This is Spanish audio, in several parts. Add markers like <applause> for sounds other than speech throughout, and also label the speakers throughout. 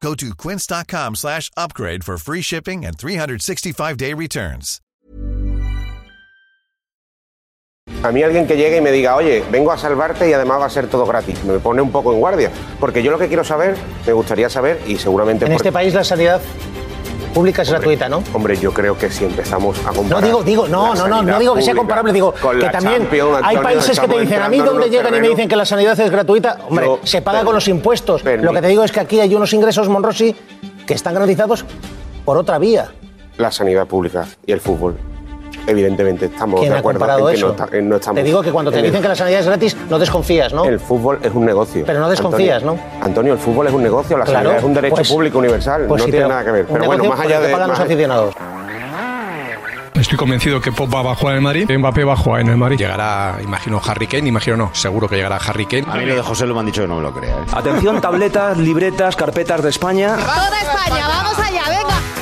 Speaker 1: Go to quince.com slash upgrade for free shipping and 365-day returns.
Speaker 2: A mí alguien que llegue y me diga, oye, vengo a salvarte y además va a ser todo gratis, me pone un poco en guardia. Porque yo lo que quiero saber, me gustaría saber y seguramente...
Speaker 3: En
Speaker 2: por-
Speaker 3: este país la sanidad pública es gratuita, ¿no?
Speaker 2: Hombre, yo creo que si empezamos a
Speaker 3: No
Speaker 2: comparar...
Speaker 3: digo, digo,
Speaker 2: la
Speaker 3: no, no, no,
Speaker 2: sanidad
Speaker 3: no digo que sea
Speaker 2: pública
Speaker 3: comparable, digo
Speaker 2: con
Speaker 3: que
Speaker 2: la
Speaker 3: también
Speaker 2: Champions,
Speaker 3: hay
Speaker 2: Antonio,
Speaker 3: países que
Speaker 2: estamos
Speaker 3: te dicen, a mí
Speaker 2: entrando en
Speaker 3: donde
Speaker 2: un
Speaker 3: llegan y me
Speaker 2: terreno-
Speaker 3: dicen que la sanidad es gratuita, hombre,
Speaker 2: Yo-
Speaker 3: se paga
Speaker 2: pero-
Speaker 3: con los impuestos.
Speaker 2: Permi-
Speaker 3: Lo que te digo es que aquí hay unos ingresos, Monrosi, que están garantizados por otra vía.
Speaker 2: La sanidad pública y el fútbol. Evidentemente estamos
Speaker 3: ¿Quién
Speaker 2: de
Speaker 3: ha
Speaker 2: acuerdo
Speaker 3: comparado
Speaker 2: en que
Speaker 3: eso?
Speaker 2: no, ta- en no estamos...
Speaker 3: te digo que cuando
Speaker 4: Eh.
Speaker 3: te
Speaker 2: en el-
Speaker 3: dicen que la sanidad es gratis, no desconfías, ¿no?
Speaker 2: El fútbol es un negocio.
Speaker 3: Pero no desconfías,
Speaker 2: Antonio, Antonio, el fútbol es un negocio, la sanidad es un derecho
Speaker 3: pues-
Speaker 2: público universal,
Speaker 3: pues
Speaker 2: no
Speaker 3: sí,
Speaker 2: tiene
Speaker 3: pero
Speaker 2: nada que ver.
Speaker 3: un
Speaker 2: Pero bueno,
Speaker 3: negocio
Speaker 2: más
Speaker 3: por
Speaker 2: allá
Speaker 3: el que
Speaker 2: de...
Speaker 3: pagan los
Speaker 2: más-
Speaker 3: aficionados.
Speaker 5: Estoy convencido que Pop va a jugar en el Madrid, Mbappé va a jugar en el Madrid. Llegará, imagino, Harry Kane, imagino no, seguro que llegará Harry Kane.
Speaker 6: A mí lo de José lo me han dicho que no me lo crea. ¿eh?
Speaker 4: Atención, tabletas, libretas, carpetas de España.
Speaker 7: Toda España, vamos allá, venga.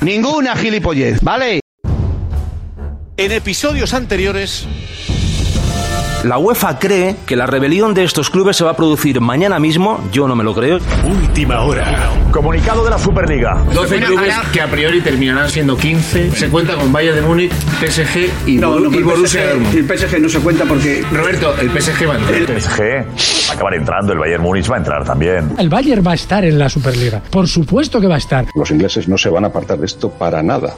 Speaker 4: Ninguna gilipollez, ¿vale?
Speaker 6: En episodios anteriores.
Speaker 4: La UEFA cree que la rebelión de estos clubes se va a producir mañana mismo. Yo no me lo creo.
Speaker 6: Última hora.
Speaker 4: Comunicado de la Superliga.
Speaker 5: 12 clubes que a priori terminarán siendo 15. Se cuenta con Bayern de Múnich, PSG y, Bor- y Borussia Dortmund.
Speaker 4: el PSG no se cuenta porque
Speaker 5: Roberto, el PSG va a entrar.
Speaker 1: PSG. Acabar entrando, el Bayern Múnich va a entrar también.
Speaker 5: El Bayern va a estar en la Superliga. Por supuesto que va a estar.
Speaker 8: Los ingleses no se van a apartar de esto para nada.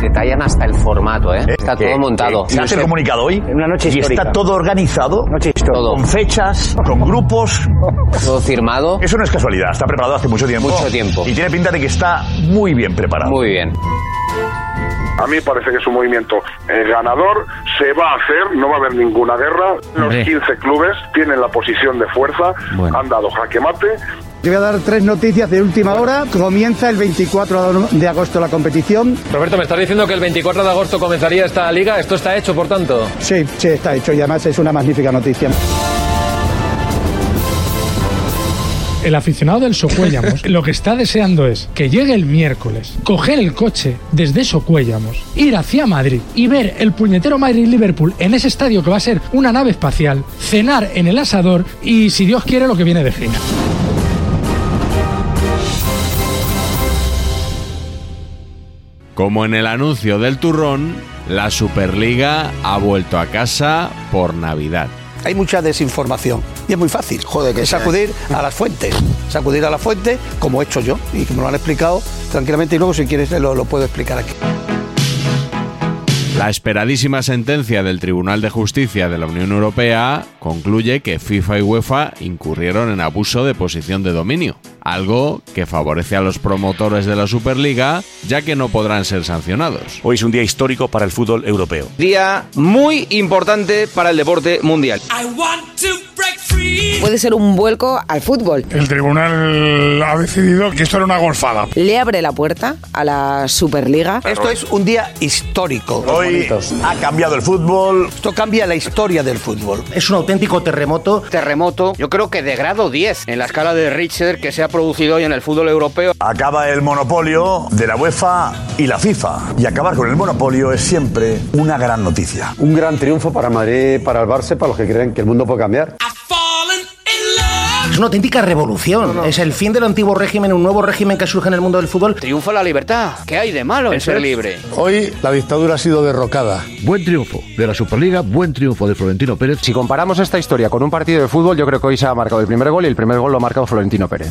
Speaker 9: Detallan hasta el formato, ¿eh? Está todo montado.
Speaker 4: se hace el comunicado hoy. En una noche histórica. Y está todo organizado. Noche histórica.
Speaker 9: Todo.
Speaker 4: Con fechas, con grupos.
Speaker 9: Todo firmado.
Speaker 1: Eso no es casualidad, está preparado hace mucho tiempo.
Speaker 9: Mucho tiempo.
Speaker 1: Y tiene pinta de que está muy bien preparado.
Speaker 9: Muy bien.
Speaker 8: A mí parece que es un movimiento eh, ganador. Se va a hacer, no va a haber ninguna guerra. Los
Speaker 6: Hombre.
Speaker 8: 15 clubes tienen la posición de fuerza.
Speaker 6: Bueno.
Speaker 8: Han dado jaque mate.
Speaker 3: Te voy a dar tres noticias de última hora. Comienza el 24 de agosto la competición.
Speaker 5: Roberto, me estás diciendo que el 24 de agosto comenzaría esta liga. Esto está hecho, por tanto.
Speaker 3: Sí, sí, está hecho y además es una magnífica noticia.
Speaker 5: El aficionado del <laughs> Socuéllamos lo que está deseando es que llegue el miércoles, coger el coche desde Socuéllamos, ir hacia Madrid y ver el puñetero Madrid-Liverpool en ese estadio que va a ser una nave espacial, cenar en el asador y, si Dios quiere, lo que viene de China.
Speaker 6: Como en el anuncio del turrón, la Superliga ha vuelto a casa por Navidad.
Speaker 4: Hay mucha desinformación y es muy fácil. Joder, que sacudir a las fuentes. Sacudir a la fuente, como he hecho yo y que me lo han explicado tranquilamente. Y luego, si quieres, lo, lo puedo explicar aquí.
Speaker 6: La esperadísima sentencia del Tribunal de Justicia de la Unión Europea concluye que FIFA y UEFA incurrieron en abuso de posición de dominio, algo que favorece a los promotores de la Superliga ya que no podrán ser sancionados.
Speaker 4: Hoy es un día histórico para el fútbol europeo.
Speaker 5: Día muy importante para el deporte mundial.
Speaker 7: I want to break free.
Speaker 10: Puede ser un vuelco al fútbol.
Speaker 8: El tribunal ha decidido que esto era una golfada.
Speaker 10: Le abre la puerta a la Superliga.
Speaker 4: Esto es un día histórico.
Speaker 8: Hoy
Speaker 4: ha cambiado el fútbol. Esto cambia la historia del fútbol.
Speaker 11: Es un auténtico terremoto. Terremoto, yo creo que de grado 10 en la escala de Richter que se ha producido hoy en el fútbol europeo.
Speaker 12: Acaba el monopolio de la UEFA y la FIFA. Y acabar con el monopolio es siempre una gran noticia.
Speaker 13: Un gran triunfo para Madrid, para el Barça, para los que creen que el mundo puede cambiar.
Speaker 2: Ah,
Speaker 11: Es una auténtica revolución. Es el fin del antiguo régimen, un nuevo régimen que surge en el mundo del fútbol. Triunfa la libertad. ¿Qué hay de malo en
Speaker 2: Eso
Speaker 11: ser
Speaker 2: es.
Speaker 11: libre?
Speaker 2: Hoy la dictadura ha sido derrocada. Buen triunfo de la Superliga, buen triunfo de Florentino Pérez.
Speaker 14: Si comparamos esta historia con un partido de fútbol, yo creo que hoy se ha marcado el primer gol y el primer gol lo ha marcado Florentino Pérez.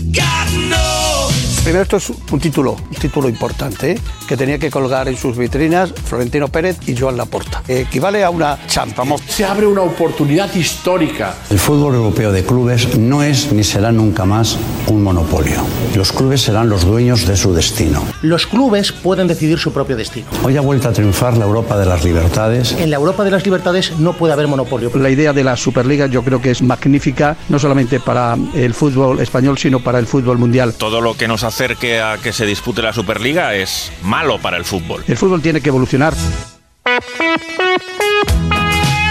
Speaker 4: Primero, esto es un título, un título importante, ¿eh? que tenía que colgar en sus vitrinas Florentino Pérez y Joan Laporta. Equivale a una champa.
Speaker 15: Se abre una oportunidad histórica.
Speaker 16: El fútbol europeo de clubes no es ni será nunca más un monopolio. Los clubes serán los dueños de su destino.
Speaker 11: Los clubes pueden decidir su propio destino.
Speaker 16: Hoy ha vuelto a triunfar la Europa de las libertades.
Speaker 11: En la Europa de las libertades no puede haber monopolio.
Speaker 4: La idea de la Superliga yo creo que es magnífica, no solamente para el fútbol español, sino para el fútbol mundial.
Speaker 17: Todo lo que nos acerque a que se dispute la Superliga es malo para el fútbol.
Speaker 4: El fútbol tiene que evolucionar.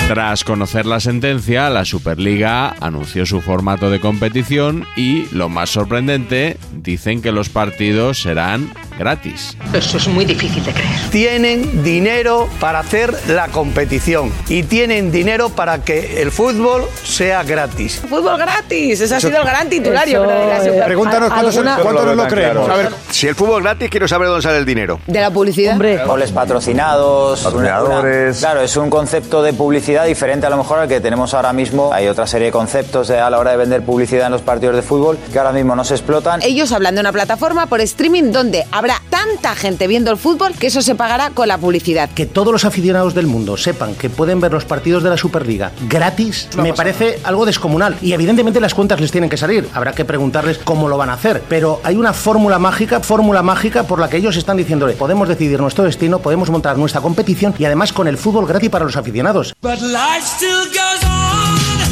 Speaker 6: Tras conocer la sentencia, la Superliga anunció su formato de competición y, lo más sorprendente, dicen que los partidos serán gratis.
Speaker 4: Eso es muy difícil de creer. Tienen dinero para hacer la competición y tienen dinero para que el fútbol sea gratis.
Speaker 10: Fútbol gratis. Ese ha
Speaker 4: Eso-
Speaker 10: sido el gran titular, yo creo, de la Superliga. ¿Alguna-
Speaker 18: A ver, si el fútbol gratis, quiero saber dónde sale el dinero.
Speaker 10: De la publicidad.
Speaker 19: Goles patrocinados.
Speaker 18: Patrocinadores.
Speaker 19: una- claro, es un concepto de publicidad diferente a lo mejor al que tenemos ahora mismo. Hay otra serie de conceptos de- a la hora de vender publicidad en los partidos de fútbol que ahora mismo no se explotan.
Speaker 10: Ellos hablan de una plataforma por streaming donde habrá tanta gente viendo el fútbol que eso se pagará con la publicidad.
Speaker 11: Que todos los aficionados del mundo sepan que pueden ver los partidos de la Superliga gratis me parece algo descomunal. Y evidentemente las cuentas les tienen que salir. Habrá que preguntarles cómo lo van a hacer. Pero hay una fórmula mágica, fórmula mágica por la que ellos están diciéndole, podemos decidir nuestro destino, podemos montar nuestra competición y además con el fútbol gratis para los aficionados.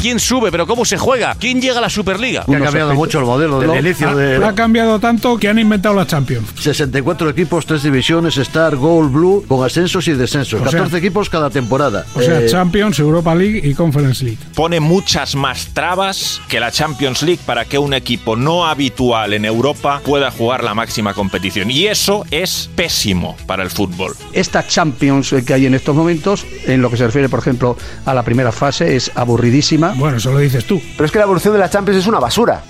Speaker 20: ¿Quién sube? ¿Pero cómo se juega? ¿Quién llega a la Superliga?
Speaker 2: Que ha cambiado mucho el modelo del inicio de...
Speaker 20: Ha
Speaker 2: cambiado tanto que han inventado la Champions. 64 equipos, 3 divisiones, Star, Gold, Blue, con ascensos y descensos.
Speaker 20: O sea-
Speaker 2: 14 equipos cada temporada.
Speaker 20: O sea,
Speaker 2: Eh,
Speaker 20: Champions, Europa League y Conference League.
Speaker 17: Pone muchas más trabas que la Champions League para que un equipo no habitual en Europa pueda jugar la máxima competición. Y eso es pésimo para el fútbol.
Speaker 4: Esta Champions que hay en estos momentos, en lo que se refiere, por ejemplo, a la primera fase, es aburridísima. Bueno, eso lo dices tú.
Speaker 13: Pero es que la evolución de la Champions es una basura.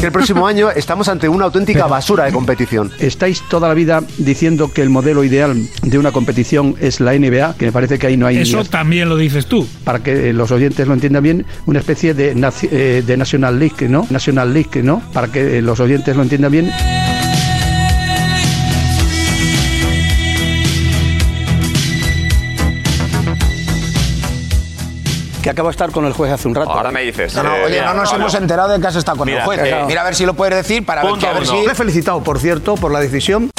Speaker 13: Que el próximo año estamos ante una auténtica basura de competición.
Speaker 4: Estáis toda la vida diciendo que el modelo ideal de una competición es la NBA, que me parece que ahí no hay...
Speaker 20: Eso también lo dices tú.
Speaker 4: para que eh, los oyentes lo entiendan bien, una especie de, naci- eh, de National League, ¿no? National League, ¿no? Para que eh, los oyentes lo entiendan bien. Que acabo de estar con el juez hace un rato.
Speaker 18: Ahora me dices.
Speaker 4: No, no,
Speaker 18: eh,
Speaker 4: oye, no nos hemos
Speaker 18: enterado
Speaker 4: de que has estado
Speaker 18: con el Mira, juez. eh, mira a ver si
Speaker 4: lo puedes decir
Speaker 18: para ver punto que- a ver uno. si-
Speaker 4: Le he felicitado, por cierto, por la decisión.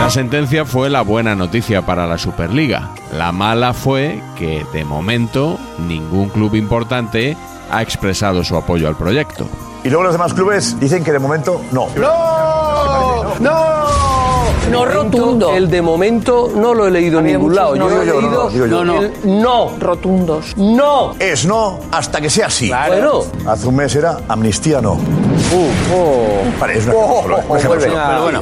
Speaker 6: La sentencia fue la buena noticia para la Superliga. La mala fue que, de momento, ningún club importante ha expresado su apoyo al proyecto.
Speaker 18: Y luego los demás clubes dicen que de momento no.
Speaker 21: ¡No! ¡No! No rotundo. El de momento no lo he leído en ningún lado.
Speaker 18: no,
Speaker 21: Yo he
Speaker 18: digo yo, no,
Speaker 21: leído
Speaker 18: digo yo.
Speaker 21: el no rotundos. No. Es no hasta que sea así. Bueno.
Speaker 18: Hace un mes era amnistía no.
Speaker 2: Uh,
Speaker 18: Vale, es una
Speaker 21: Oh,
Speaker 18: solo, un ejemplo solo, pero bueno.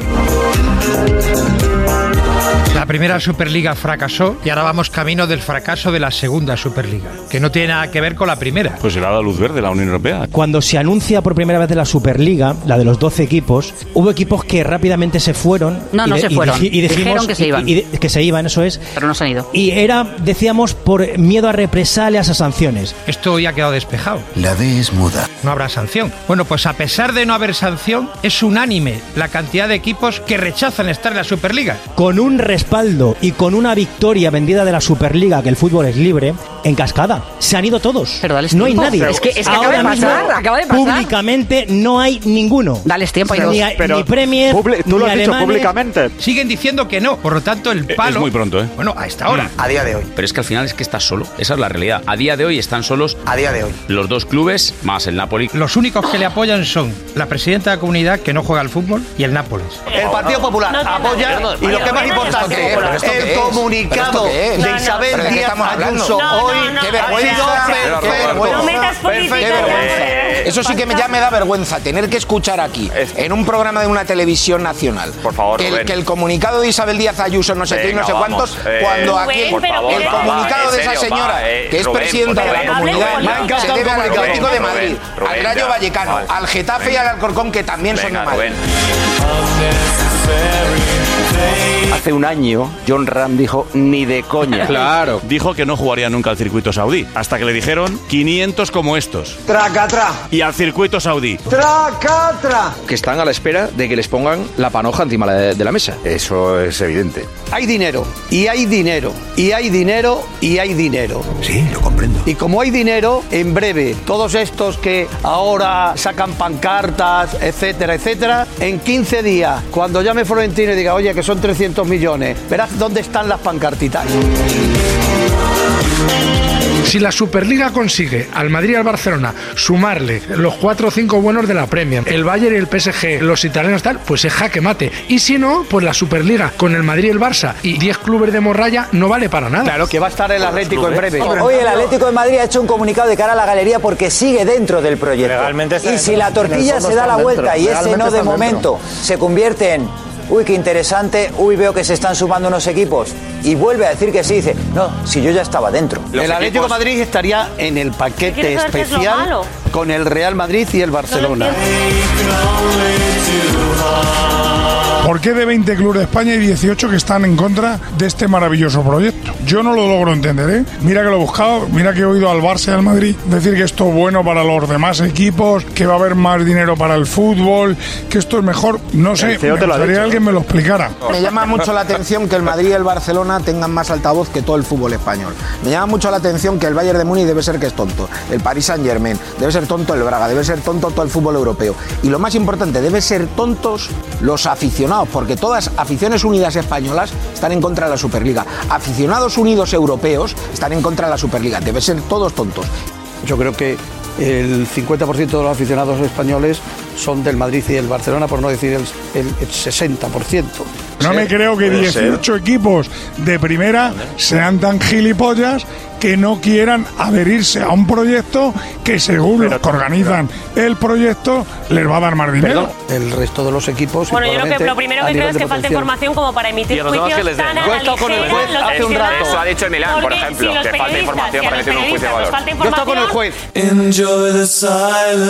Speaker 22: La primera Superliga fracasó y ahora vamos camino del fracaso de la segunda Superliga, que no tiene nada que ver con la primera.
Speaker 23: Pues se le ha dado luz verde la Unión Europea.
Speaker 3: Cuando se anuncia por primera vez de la Superliga, la de los 12 equipos, hubo equipos que rápidamente se fueron.
Speaker 24: No, no
Speaker 3: de-
Speaker 24: se fueron.
Speaker 3: deci- y dijimos-
Speaker 24: Dijeron que se
Speaker 3: y-
Speaker 24: iban.
Speaker 3: y de- que se iban, eso es.
Speaker 24: Pero no se han ido.
Speaker 3: Y era, decíamos, por miedo a represalias a sanciones.
Speaker 22: Esto ya ha quedado despejado.
Speaker 3: La D es muda.
Speaker 22: No habrá sanción. Bueno, pues a pesar de no haber sanción, es unánime la cantidad de equipos que rechazan estar en la Superliga.
Speaker 3: Con un respaldo y con una victoria vendida de la Superliga, que el fútbol es libre,
Speaker 25: en cascada. Se han ido todos. no hay
Speaker 26: tiempo.
Speaker 25: nadie.
Speaker 26: Es que- es que acaba
Speaker 25: Ahora
Speaker 26: de pasar,
Speaker 25: mismo,
Speaker 26: acaba de pasar.
Speaker 25: Públicamente no hay ninguno.
Speaker 26: Dales tiempo, hay
Speaker 25: ni,
Speaker 26: dos.
Speaker 25: a-
Speaker 26: Pero-
Speaker 25: ni Premier,
Speaker 26: Publi- tú
Speaker 25: ni
Speaker 26: lo has dicho
Speaker 25: alemanes.
Speaker 26: públicamente.
Speaker 27: Siguen diciendo que no, por lo tanto el palo.
Speaker 28: muy pronto, ¿eh?
Speaker 27: Bueno, a esta hora.
Speaker 4: Mm.
Speaker 28: A día de hoy. Pero es que al final es que estás solo. Esa es la realidad. A día de hoy están solos. A día de hoy. Los dos clubes más el Napoli.
Speaker 27: Los únicos que le apoyan son la presidenta de la comunidad que no juega al fútbol y el Nápoles.
Speaker 4: El Partido Popular apoya y lo que más importante es el comunicado de Isabel Díaz Ayuso hoy
Speaker 18: qué
Speaker 4: ha sido
Speaker 18: vergüenza.
Speaker 4: per-
Speaker 18: vergüenza.
Speaker 4: vergüenza.
Speaker 18: No metas política
Speaker 4: Qué
Speaker 18: ya.
Speaker 4: vergüenza.
Speaker 1: Eh,
Speaker 18: Eso sí que me, ya me da vergüenza tener que escuchar aquí, en un programa de una televisión nacional, por favor, que, el,
Speaker 1: Rubén.
Speaker 18: que el comunicado de Isabel Díaz Ayuso, no sé qué, y no
Speaker 1: Venga,
Speaker 18: sé cuántos,
Speaker 1: vamos, eh,
Speaker 18: cuando aquí
Speaker 1: Rubén,
Speaker 18: el,
Speaker 1: pero
Speaker 18: el
Speaker 1: Rubén,
Speaker 18: comunicado
Speaker 1: va,
Speaker 18: de esa
Speaker 1: en serio,
Speaker 18: señora,
Speaker 1: va, eh,
Speaker 18: que es
Speaker 1: Rubén,
Speaker 18: presidenta de la
Speaker 1: Rubén.
Speaker 18: comunidad,
Speaker 1: Hablen política.
Speaker 18: se debe al
Speaker 1: Rubén,
Speaker 18: Atlético de
Speaker 1: Rubén,
Speaker 18: Madrid,
Speaker 1: Rubén,
Speaker 18: al Rayo
Speaker 1: ya,
Speaker 18: Vallecano,
Speaker 1: vale.
Speaker 18: al Getafe y al Alcorcón, que también son de
Speaker 1: Venga,
Speaker 18: Madrid.
Speaker 1: Rubén.
Speaker 29: Hace un año, John Ram dijo, ni de coña.
Speaker 28: Claro. Dijo que no jugaría nunca al circuito saudí. Hasta que le dijeron 500 como estos.
Speaker 30: Tracatra,
Speaker 28: Y al circuito saudí.
Speaker 30: tracatra.
Speaker 29: Que están a la espera de que les pongan la panoja encima de, la mesa. Eso es evidente.
Speaker 4: Hay dinero, y hay dinero, y hay dinero, y hay dinero. Sí, lo comprendo. Y como hay dinero, en breve, todos estos que ahora sacan pancartas, etcétera, etcétera, en 15 días, cuando llame Florentino y diga, oye, que son 300 millones, verás dónde están las pancartitas.
Speaker 8: Si la Superliga consigue al Madrid y al Barcelona sumarle los cuatro o cinco buenos de la Premier, el Bayern y el PSG, los italianos tal, pues es jaque mate. Y si no, pues la Superliga con el Madrid y el Barça y 10 clubes de morralla no vale para nada.
Speaker 4: Claro, que va a estar el Atlético en breve.
Speaker 19: Hoy el Atlético de Madrid ha hecho un comunicado de cara a la galería porque sigue dentro del proyecto.
Speaker 4: está
Speaker 19: y si
Speaker 4: dentro.
Speaker 19: la
Speaker 4: En
Speaker 19: tortilla
Speaker 4: el fondo
Speaker 19: se da la
Speaker 4: están
Speaker 19: vuelta
Speaker 4: dentro.
Speaker 19: y ese
Speaker 4: Legalmente
Speaker 19: no de
Speaker 4: están
Speaker 19: momento se convierte en, uy, qué interesante, uy, veo que se están sumando unos equipos, y vuelve a decir que sí, dice, no, si yo ya estaba dentro.
Speaker 4: el Atlético de Madrid estaría en el paquete
Speaker 19: quieres saber qué es lo
Speaker 4: especial
Speaker 19: malo?
Speaker 4: con el Real Madrid y el Barcelona.
Speaker 8: ¿Por qué de 20 clubes de España hay 18 que están en contra de este maravilloso proyecto? Yo no lo logro entender, ¿eh? Mira que lo he buscado, mira que he oído al Barça y al Madrid decir que esto es bueno para los demás equipos, que va a haber más dinero para el fútbol, que esto es mejor. No sé,
Speaker 18: CEO E te
Speaker 8: me
Speaker 18: lo ha
Speaker 8: gustaría
Speaker 18: dicho.
Speaker 8: que alguien me lo explicara.
Speaker 18: Me llama mucho la atención que el Madrid y el Barcelona tengan más altavoz que todo el fútbol español. Me llama mucho la atención que el Bayern de Múnich debe ser que es tonto. El Paris Saint Germain, debe ser tonto el Braga, debe ser tonto todo el fútbol europeo. Y lo más importante, debe ser tontos los aficionados, porque todas aficiones unidas españolas están en contra de la Superliga. Aficionados unidos europeos están en contra de la Superliga. Debe ser todos tontos.
Speaker 4: Yo creo que el 50% de los aficionados españoles son del Madrid y del Barcelona, por no decir el, el- el 60%.
Speaker 8: No me creo que 18 equipos de primera sean tan gilipollas que no quieran adherirse a un proyecto que según los que organizan el proyecto les va a dar más dinero.
Speaker 4: El resto de los equipos.
Speaker 3: Bueno, yo lo, que,
Speaker 4: seguramente,
Speaker 3: lo primero
Speaker 4: a
Speaker 3: que creo
Speaker 4: nivel
Speaker 3: es
Speaker 4: de
Speaker 3: que falta
Speaker 4: potencial.
Speaker 3: información como para emitir
Speaker 4: los demás que
Speaker 3: juicios
Speaker 4: les den,
Speaker 3: tan
Speaker 4: ¿no?
Speaker 3: a
Speaker 4: Yo he
Speaker 3: la
Speaker 4: estado con el
Speaker 3: ligera,
Speaker 4: juez
Speaker 3: los
Speaker 4: hace un
Speaker 3: aficionados,
Speaker 4: rato. Eso ha dicho Milán, por
Speaker 3: porque
Speaker 4: ejemplo,
Speaker 3: si los
Speaker 4: que falta
Speaker 3: periodistas
Speaker 4: información
Speaker 3: y a
Speaker 4: para
Speaker 3: los
Speaker 4: emitir un juicio de
Speaker 3: periodistas nos falta
Speaker 4: valor.
Speaker 29: pues
Speaker 4: Yo he estado con el
Speaker 3: información,
Speaker 1: Enjoy the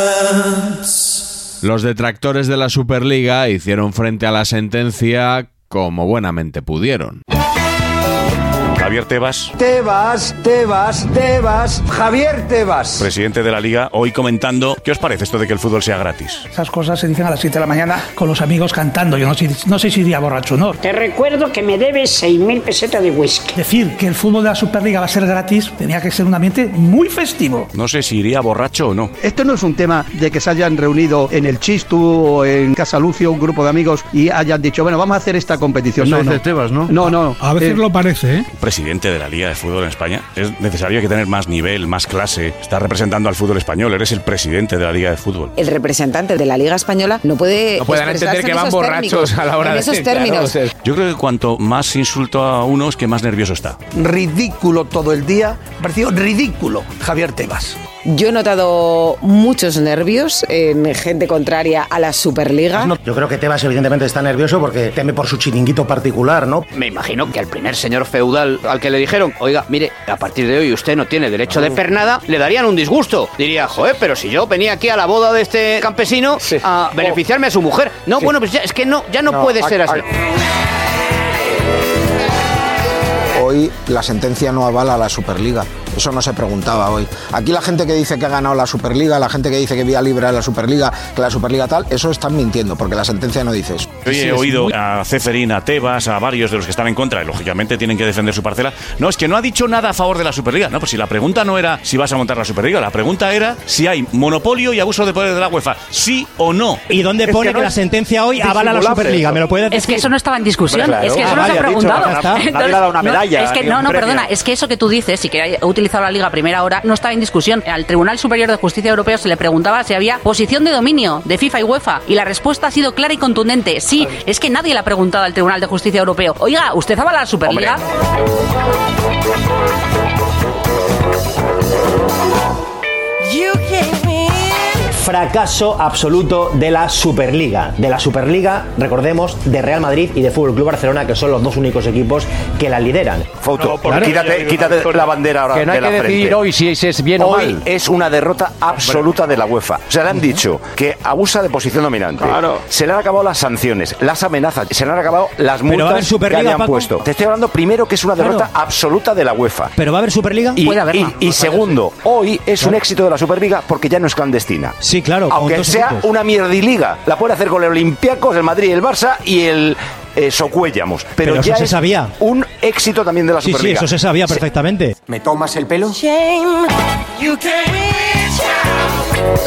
Speaker 1: silence.
Speaker 6: Los detractores de la Superliga hicieron frente a la sentencia como buenamente pudieron.
Speaker 20: Javier Tebas,
Speaker 30: Te vas, te vas, te vas. Javier, te vas.
Speaker 20: presidente de la liga, hoy comentando, ¿qué os parece esto de que el fútbol sea gratis?
Speaker 31: Esas cosas se dicen a las 7 de la mañana con los amigos cantando. Yo no sé, no sé si iría borracho o no.
Speaker 32: Te recuerdo que me debes 6.000 pesetas de whisky.
Speaker 31: Decir que el fútbol de la Superliga va a ser gratis tenía que ser un ambiente muy festivo.
Speaker 20: No sé si iría borracho o no.
Speaker 4: Esto no es un tema de que se hayan reunido en el Chistu o en Casa Lucio un grupo de amigos y hayan dicho, bueno, vamos a hacer esta competición.
Speaker 33: Eso
Speaker 4: no,
Speaker 33: dice
Speaker 4: no.
Speaker 33: Tebas, ¿no?
Speaker 4: No, no.
Speaker 20: A veces
Speaker 4: lo
Speaker 20: parece, ¿eh? Presidente de la Liga de Fútbol en España. Es necesario que tener más nivel, más clase. Estás representando al fútbol español, eres el presidente de la Liga de Fútbol.
Speaker 10: El representante de la Liga Española no puede.
Speaker 20: No puedan
Speaker 10: expresarse
Speaker 20: entender que
Speaker 10: en
Speaker 20: van
Speaker 10: esos
Speaker 20: borrachos
Speaker 10: términos,
Speaker 20: a la hora
Speaker 10: en
Speaker 20: de- <laughs>
Speaker 10: esos
Speaker 20: claro,
Speaker 10: términos.
Speaker 20: Yo creo que cuanto más insulto a uno es que más nervioso está.
Speaker 4: Ridículo todo el día. Pareció ridículo Javier Tebas.
Speaker 10: Yo he notado muchos nervios en gente contraria a la
Speaker 29: ¿Ah?
Speaker 10: Superliga.
Speaker 34: No, yo creo que Tebas evidentemente está nervioso porque teme por su chiringuito particular, ¿no?
Speaker 29: Me imagino que al primer señor feudal al que le dijeron, oiga, mire, a partir de hoy usted no tiene derecho de pernada, le darían un disgusto. Diría, joder, pero si yo venía aquí a la boda de este campesino
Speaker 34: Oh.
Speaker 29: a beneficiarme a su mujer. No,
Speaker 31: Sí.
Speaker 29: bueno, pues ya, es que no, ya no,
Speaker 31: No,
Speaker 29: puede
Speaker 31: ac-
Speaker 29: ser así.
Speaker 31: ac-
Speaker 18: Hoy la sentencia no avala a la Superliga. Eso no se preguntaba hoy. Aquí la gente que dice que ha ganado la Superliga, la gente que dice que Vía Libre es la Superliga, que la Superliga tal, eso están mintiendo, porque la sentencia no dice eso.
Speaker 20: Yo he oído a Ceferín, a Tebas, a varios de los que están en contra, y lógicamente tienen que defender su parcela. No, es que no ha dicho nada a favor de la Superliga. No, pues si la pregunta no era si vas a montar la Superliga, la pregunta era si hay monopolio y abuso de poder de la UEFA, sí o no.
Speaker 25: ¿Y dónde pone que, la sentencia hoy avala la Superliga? ¿Me lo puedes decir?
Speaker 26: Es que eso no estaba en discusión,
Speaker 25: Hombre, claro.
Speaker 26: es que eso
Speaker 25: Ah,
Speaker 26: no se
Speaker 25: vale,
Speaker 26: ha
Speaker 25: ha dicho,
Speaker 26: preguntado.
Speaker 25: ya está.
Speaker 26: Entonces,
Speaker 25: Nadie le ha dado una
Speaker 26: no,
Speaker 25: medalla,
Speaker 26: es que,
Speaker 25: ni
Speaker 26: no,
Speaker 25: un
Speaker 26: no,
Speaker 25: premio.
Speaker 26: perdona, es que eso que tú dices y que ha utilizado la Liga a primera hora no estaba en discusión. Al Tribunal Superior de Justicia Europeo se le preguntaba si había posición de dominio de FIFA y UEFA y la respuesta ha sido clara y contundente. Sí, es que nadie le ha preguntado al Tribunal de Justicia Europeo. Oiga, ¿usted avala la Superliga?
Speaker 3: Fracaso absoluto de la Superliga. De la Superliga, recordemos, de Real Madrid y de Fútbol Club Barcelona, que son los dos únicos equipos que la lideran.
Speaker 2: Fouto, quítate, quítate la bandera ahora
Speaker 3: Que no hay
Speaker 2: de la
Speaker 3: que decidir
Speaker 2: frente.
Speaker 3: hoy si es- es bien o
Speaker 2: Hoy
Speaker 3: mal.
Speaker 2: es una derrota absoluta de la UEFA. O sea, le han dicho que abusa de posición dominante. Se le han acabado las sanciones, las amenazas, se le han acabado las
Speaker 3: Pero va a haber
Speaker 2: multas que
Speaker 3: Superliga,
Speaker 2: habían
Speaker 3: Paco.
Speaker 2: puesto. Te estoy hablando primero que es una derrota absoluta de la UEFA.
Speaker 3: ¿Pero va a haber Superliga?
Speaker 2: Y, y- y segundo, hoy es un éxito de la Superliga porque ya no es clandestina.
Speaker 3: Sí, claro. con
Speaker 2: Aunque
Speaker 3: dos
Speaker 2: sea
Speaker 3: equipos.
Speaker 2: una mierdiliga, la puede hacer con el Olympiacos, el Madrid, el Barça y el eh, Socuellamos. Pero,
Speaker 3: Pero eso
Speaker 2: ya
Speaker 3: se
Speaker 2: es
Speaker 3: sabía.
Speaker 2: un éxito también de la
Speaker 3: Sí, sí,
Speaker 2: Superliga.
Speaker 3: eso se sabía perfectamente.
Speaker 2: ¿Me tomas el pelo?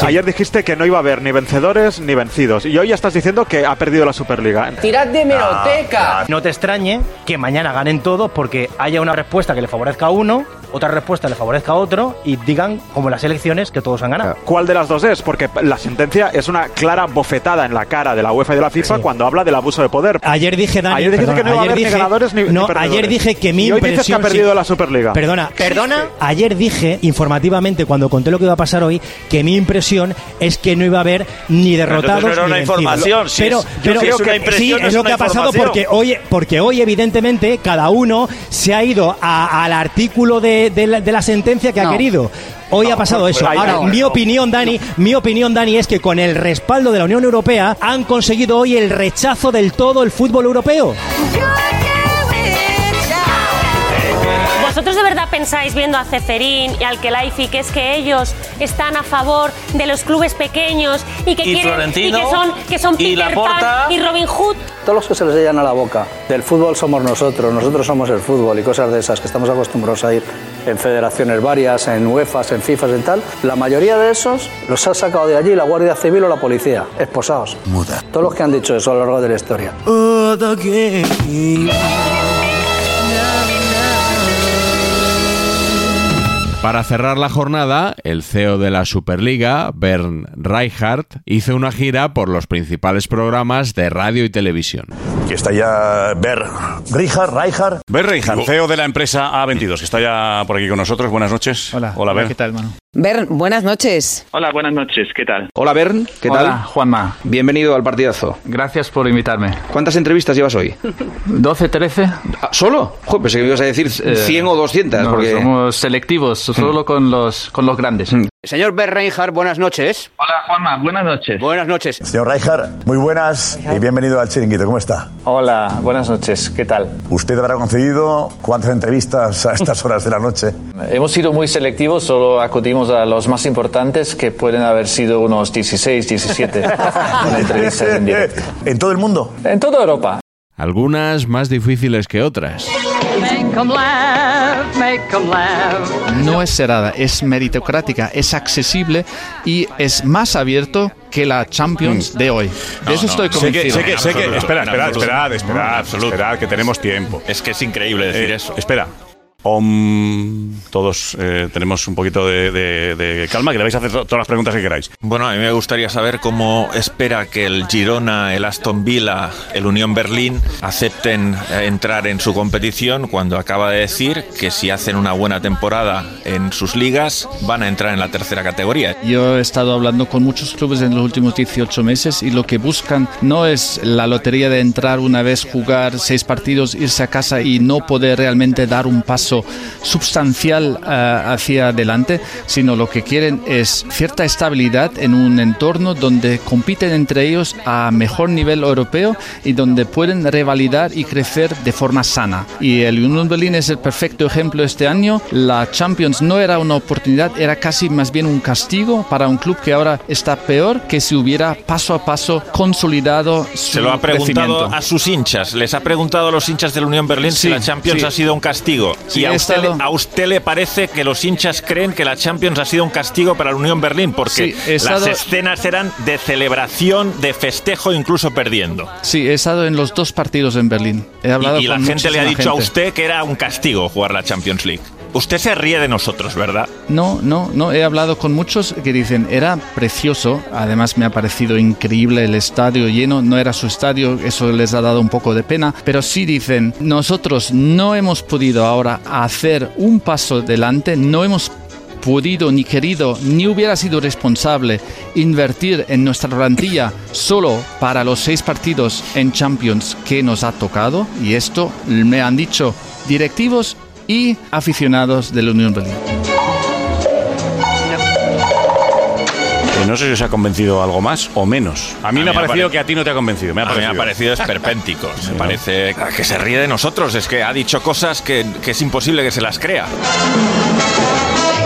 Speaker 35: Ayer dijiste que no iba a haber ni vencedores ni vencidos. Y hoy ya estás diciendo que ha perdido la Superliga.
Speaker 3: Tirad
Speaker 35: Ah,
Speaker 3: de
Speaker 35: hemeroteca.
Speaker 3: No te extrañe que mañana ganen todos porque haya una respuesta que le favorezca a uno, otra respuesta le favorezca a otro y digan, como en las elecciones, que todos han ganado.
Speaker 35: ¿Cuál de las dos es? Porque la sentencia es una clara bofetada en la cara de la UEFA y de la FIFA cuando habla del abuso de poder.
Speaker 3: Ayer dije, Dani,
Speaker 35: ayer dijiste
Speaker 3: perdona,
Speaker 35: que no iba a
Speaker 3: ayer
Speaker 35: haber ni
Speaker 3: dije-
Speaker 35: ganadores ni, ni
Speaker 3: no,
Speaker 35: perdedores.
Speaker 3: ayer dije que mi
Speaker 35: y hoy dices que ha
Speaker 3: impresión sí-
Speaker 35: perdido la Superliga.
Speaker 3: Perdona, perdona. Ayer dije informativamente cuando conté lo que iba a pasar hoy que mi impresión es que no iba a haber ni derrotados
Speaker 36: Pero entonces no era
Speaker 3: ni
Speaker 36: una
Speaker 3: vencidos.
Speaker 36: información, si
Speaker 3: pero
Speaker 36: es- yo
Speaker 3: pero
Speaker 36: creo
Speaker 3: es
Speaker 36: que una impresión
Speaker 3: sí
Speaker 36: no
Speaker 3: es
Speaker 36: es
Speaker 3: lo que
Speaker 36: una
Speaker 3: ha pasado
Speaker 36: información.
Speaker 3: porque hoy porque hoy evidentemente cada uno se ha ido a- al artículo de, de la, de la sentencia que
Speaker 35: No.
Speaker 3: ha querido. Hoy ha pasado
Speaker 35: pues
Speaker 3: eso.
Speaker 35: ahí
Speaker 3: Ahora,
Speaker 35: no.
Speaker 3: mi opinión, Dani, mi opinión, Dani, es que con el respaldo de la Unión Europea han conseguido hoy el rechazo del todo el fútbol europeo.
Speaker 7: ¿Vosotros de verdad pensáis, viendo a Ceferín y al Kelaifi, que es que ellos están a favor de los clubes pequeños y que
Speaker 36: Y
Speaker 7: quieren
Speaker 36: Florentino,
Speaker 7: y que son, que son
Speaker 36: y
Speaker 7: Peter
Speaker 36: Laporta.
Speaker 7: Pan y Robin Hood?
Speaker 37: Todos los que se les llenan a la boca del fútbol somos nosotros, nosotros somos el fútbol y cosas de esas que estamos acostumbrados a ir en federaciones varias, en UEFAs, en FIFAs, en tal. La mayoría de esos los ha sacado de allí la Guardia Civil o la policía, esposados. Muda. Todos los que han dicho eso a lo largo de la historia.
Speaker 1: Oh,
Speaker 6: Para cerrar la jornada, el CEO de la Superliga, Bern Reichardt, hizo una gira por los principales programas de radio y televisión.
Speaker 35: Que está ya Ber Richard, Reichardt.
Speaker 20: Ber Reijard, CEO de la empresa A22, que está ya por aquí con nosotros. Buenas noches. Hola. Hola, Ber.
Speaker 10: Ber, buenas noches.
Speaker 38: Hola, buenas noches, ¿qué tal?
Speaker 39: Hola Bern, ¿qué
Speaker 38: Hola,
Speaker 39: tal? Juanma. Bienvenido al partidazo.
Speaker 38: Gracias por invitarme.
Speaker 39: ¿Cuántas entrevistas llevas hoy?
Speaker 38: 12, 13.
Speaker 39: Ah, ¿Solo? Joder, pensé que me ibas a decir 100 o 200.
Speaker 38: Eh, No,
Speaker 39: porque... Mm.
Speaker 38: Somos selectivos, solo con los, con los grandes.
Speaker 29: Señor Bert Reinhardt, buenas noches.
Speaker 38: Hola, Juanma, buenas noches.
Speaker 29: Buenas noches.
Speaker 40: Señor Reichardt, muy buenas y bienvenido al Chiringuito. ¿Cómo está?
Speaker 38: Hola, buenas noches, ¿qué tal?
Speaker 40: Usted habrá concedido cuántas entrevistas a estas horas de la
Speaker 2: <laughs>
Speaker 40: noche.
Speaker 38: Hemos sido muy selectivos, solo acudimos a los más importantes, que pueden haber sido unos 16,
Speaker 39: <laughs>
Speaker 38: 17 entrevistas en directo.
Speaker 40: ¿En todo el mundo?
Speaker 38: En toda Europa.
Speaker 6: Algunas más difíciles que otras.
Speaker 41: Make 'em laugh, make 'em laugh.
Speaker 42: No es cerrada, es meritocrática, es accesible y es más abierto que la Champions de hoy. De
Speaker 20: No,
Speaker 42: eso
Speaker 20: no,
Speaker 42: estoy
Speaker 20: sé que-
Speaker 42: convencido.
Speaker 20: sé que- sé que- espera, espera, esperad, esperad, esperad, que tenemos tiempo. Es que es increíble decir eso. Espera. Om, todos eh, tenemos un poquito de, de- de calma, que le vais a hacer to- todas las preguntas que queráis.
Speaker 17: Bueno, a mí me gustaría saber cómo espera que el Girona, el Aston Villa, el Unión Berlín acepten eh, entrar en su competición cuando acaba de decir que si hacen una buena temporada en sus ligas van a entrar en la tercera categoría.
Speaker 42: Yo he estado hablando con muchos clubes en los últimos 18 meses y lo que buscan no es la lotería de entrar una vez, jugar seis partidos, irse a casa y no poder realmente dar un paso paso substancial eh, hacia adelante, sino lo que quieren es cierta estabilidad en un entorno donde compiten entre ellos a mejor nivel europeo y donde pueden revalidar y crecer de forma sana. Y el Union Berlin es el perfecto ejemplo este año. La Champions no era una oportunidad, era casi más bien un castigo para un club que ahora está peor que si hubiera paso a paso consolidado su
Speaker 17: Se lo ha preguntado
Speaker 42: Mm, crecimiento.
Speaker 17: a sus hinchas. Les ha preguntado a los hinchas del Unión Berlín si
Speaker 42: Sí,
Speaker 17: la Champions
Speaker 42: sí.
Speaker 17: ha sido un castigo.
Speaker 42: Sí,
Speaker 17: y a
Speaker 42: he
Speaker 17: usted, le-
Speaker 42: estado-
Speaker 17: a usted le parece que los hinchas creen que la Champions ha sido un castigo para la Unión Berlín, porque
Speaker 42: Sí, he estado-
Speaker 17: las escenas eran de celebración, de festejo, incluso perdiendo.
Speaker 42: Sí, he estado en los dos partidos en Berlín. He hablado
Speaker 17: Y, y la
Speaker 42: con
Speaker 17: gente le ha
Speaker 42: muchísima
Speaker 17: dicho a
Speaker 42: gente.
Speaker 17: usted que era un castigo jugar la Champions League. Usted se ríe de nosotros, ¿verdad?
Speaker 42: No, no, no. He hablado con muchos que dicen era precioso. Además me ha parecido increíble el estadio lleno. No era su estadio, eso les ha dado un poco de pena. Pero sí dicen nosotros no hemos podido ahora hacer un paso adelante. No hemos podido ni querido ni hubiera sido responsable invertir en nuestra plantilla solo para los seis partidos en Champions que nos ha tocado y esto me han dicho directivos y aficionados de la Unión Berlín.
Speaker 20: Eh, No sé si os ha convencido algo más o menos. A mí me ha parecido que a ti no te ha convencido. Me ha
Speaker 17: A mí me ha parecido
Speaker 20: parecido. <laughs>
Speaker 17: esperpéntico. Me parece que se ríe de nosotros. Es que ha dicho cosas que, que es imposible que se las crea.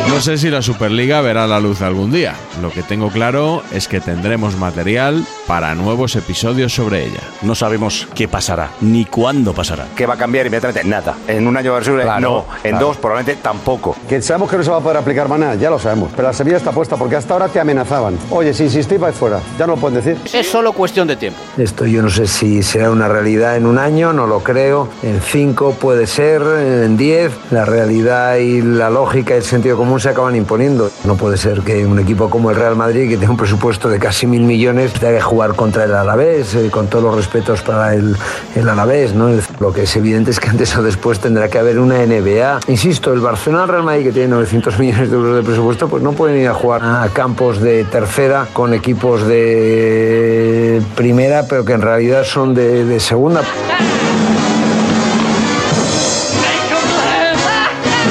Speaker 6: No sé si la Superliga verá la luz algún día. Lo que tengo claro es que tendremos material para nuevos episodios sobre ella.
Speaker 20: No sabemos qué pasará, ni cuándo pasará.
Speaker 2: ¿Qué va a cambiar inmediatamente? Nada. En un año va a ser-
Speaker 43: Claro,
Speaker 2: no. En
Speaker 43: claro.
Speaker 2: dos probablemente tampoco.
Speaker 43: Que sabemos que no se va a poder aplicar mañana, ya lo sabemos. Pero la semilla está puesta porque hasta ahora te amenazaban. Oye, si insistís, vais fuera. Ya no lo pueden decir.
Speaker 18: Es solo cuestión de tiempo.
Speaker 4: Esto yo no sé si será una realidad en un año, no lo creo. En cinco puede ser, en diez. La realidad y la lógica y el sentido común se acaban imponiendo. No puede ser que un equipo como el Real Madrid, que tiene un presupuesto de casi mil millones, tenga que jugar contra el Alavés, eh, con todos los respetos para el, el Alavés. ¿no? Lo que es evidente es que antes o después tendrá que haber una NBA. Insisto, el Barcelona Real Madrid, que tiene 900 millones de euros de presupuesto, pues no pueden ir a jugar a campos de tercera con equipos de primera, pero que en realidad son de, de segunda.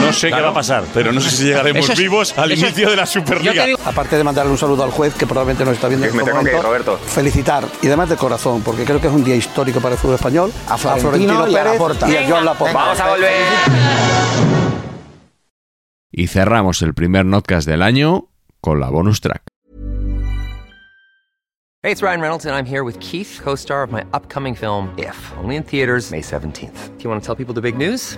Speaker 20: No sé qué va a pasar, pero no sé si llegaremos
Speaker 17: Eso es-
Speaker 20: vivos al
Speaker 17: eso es-
Speaker 20: inicio de la Superliga.
Speaker 4: Aparte de mandarle un saludo al juez, que probablemente nos está viendo
Speaker 2: Que
Speaker 4: en
Speaker 2: me
Speaker 4: este
Speaker 2: tengo que ir,
Speaker 4: momento,
Speaker 2: Roberto.
Speaker 4: Felicitar, y además de corazón, porque creo que es un día histórico para el fútbol español, a
Speaker 2: Florentino y a Laporta.
Speaker 4: y a Joan Laporta.
Speaker 6: Y cerramos el primer notcast del año con la bonus track.
Speaker 9: Hey, it's Ryan Reynolds, and I'm here with Keith, co star of my upcoming film, If, only in theaters, May 17th. Do you want to tell people the big news?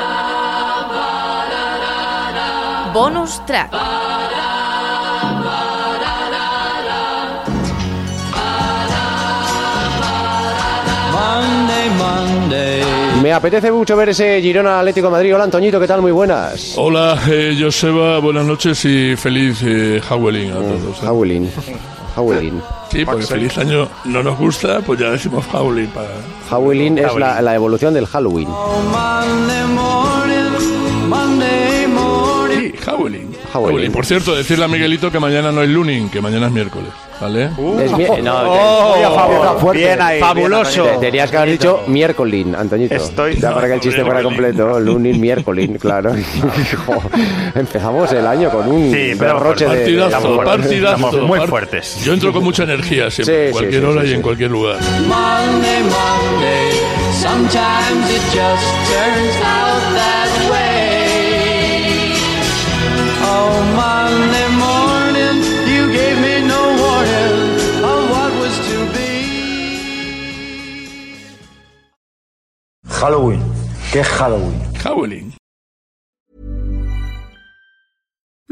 Speaker 29: Bonus track. Me apetece mucho ver ese Girona Atlético de Madrid. Hola, Antoñito, ¿qué tal? Muy buenas.
Speaker 44: Hola, eh, Joseba, buenas noches y feliz eh, Halloween a
Speaker 29: Mm,
Speaker 44: todos.
Speaker 29: Jaulín. Jaulín.
Speaker 44: Sí, porque feliz año no nos gusta, pues ya decimos Halloween para...
Speaker 29: Jaulín es
Speaker 44: Halloween.
Speaker 29: la, la evolución del Halloween.
Speaker 44: Oh, Sí, Halloween. Halloween. Por cierto, decirle a Miguelito que mañana no es lunes, que mañana es miércoles, ¿vale?
Speaker 20: Uh.
Speaker 29: Es mi- no,
Speaker 20: Oh.
Speaker 29: te-
Speaker 20: fabuloso.
Speaker 29: Te- Tenías que haber dicho miércoles, Antoñito.
Speaker 20: Estoy-
Speaker 29: Ya para que el chiste fuera completo. Lunin, miércoles,
Speaker 44: <laughs>
Speaker 29: claro. <laughs> Hijo, Empezamos el año con un
Speaker 20: Sí, pero
Speaker 29: derroche de.
Speaker 44: partidazo,
Speaker 29: de-
Speaker 44: partidazo. part-
Speaker 20: fuertes.
Speaker 44: Yo entro con mucha energía
Speaker 29: Sí,
Speaker 44: siempre,
Speaker 29: sí,
Speaker 44: en cualquier
Speaker 29: sí,
Speaker 44: hora
Speaker 29: sí,
Speaker 44: y
Speaker 29: sí.
Speaker 44: en cualquier lugar.
Speaker 29: Monday, Monday, sometimes it just turns out that way. Oh, Monday morning, you gave me no warning of what was to be.
Speaker 44: Halloween. ¿Qué Halloween? Halloween.